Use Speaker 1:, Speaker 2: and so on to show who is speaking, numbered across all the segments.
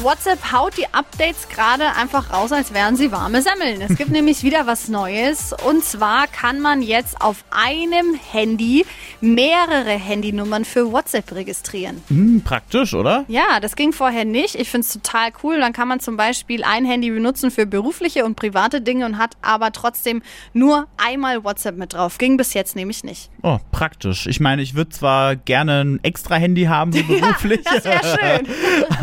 Speaker 1: WhatsApp haut die Updates gerade einfach raus, als wären sie warme Semmeln. Es gibt nämlich wieder was Neues. Und zwar kann man jetzt auf einem Handy mehrere Handynummern für WhatsApp registrieren.
Speaker 2: Hm, praktisch, oder?
Speaker 1: Ja, das ging vorher nicht. Ich finde es total cool. Dann kann man zum Beispiel ein Handy benutzen für berufliche und private Dinge und hat aber trotzdem nur einmal WhatsApp mit drauf. Ging bis jetzt nämlich nicht.
Speaker 2: Oh, praktisch. Ich meine, ich würde zwar gerne ein extra Handy haben, so beruflich,
Speaker 1: Das wäre schön.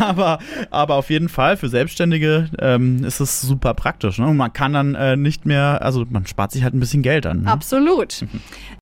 Speaker 2: aber, aber auf jeden Fall für Selbstständige ähm, ist es super praktisch. Ne? Und man kann dann äh, nicht mehr, also man spart sich halt ein bisschen Geld an. Ne?
Speaker 1: Absolut.